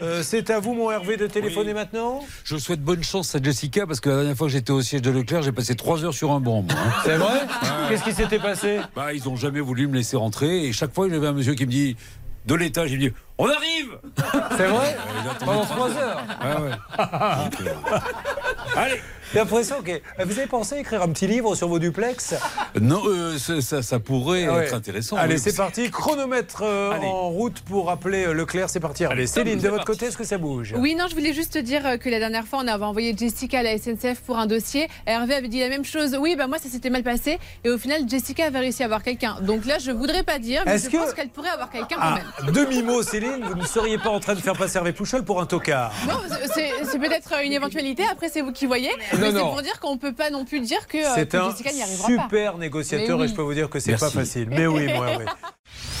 Euh, c'est à vous, mon Hervé, de téléphoner maintenant Je souhaite bonne chance à Jessica parce que la dernière fois que j'étais au siège de Leclerc, j'ai passé trois heures sur un banc. moi, hein. C'est vrai Qu'est-ce qui s'était passé Bah, ils n'ont jamais voulu me laisser rentrer et chaque fois, il y avait un monsieur qui me dit de l'étage, il me dit On arrive C'est vrai Ils attendaient Pendant trois- trois heures Ah ouais. Donc, euh, Allez J'ai l'impression que vous avez pensé à écrire un petit livre sur vos duplex Non, euh, ça, ça- ça pourrait Ah ouais. être intéressant. Allez, oui. c'est parti. Chronomètre euh, Allez. en route pour appeler euh, Leclerc. C'est parti. Hervé. Allez, Tom, Céline, de c'est votre parti. côté, est-ce que ça bouge Oui, non, je voulais juste te dire euh, que la dernière fois, on avait envoyé Jessica à la SNCF pour un dossier. Hervé avait dit la même chose. Oui, bah moi, ça s'était mal passé. Et au final, Jessica avait réussi à avoir quelqu'un. Donc là, je voudrais pas dire, mais Est-ce je que- pense qu'elle pourrait avoir quelqu'un quand Ah, même. demi-mot, Céline, vous ne seriez pas en train de faire passer Hervé Pouchol pour un tocard. Non, c'est c'est peut-être une éventualité. Après, c'est vous qui voyez. mais c'est non. pour dire qu'on peut pas non plus dire que, euh, C'est que un Jessica n'y arrivera pas. super négociateur Mais et je oui. peux vous dire que c'est Merci. pas facile. Mais oui, moi, oui.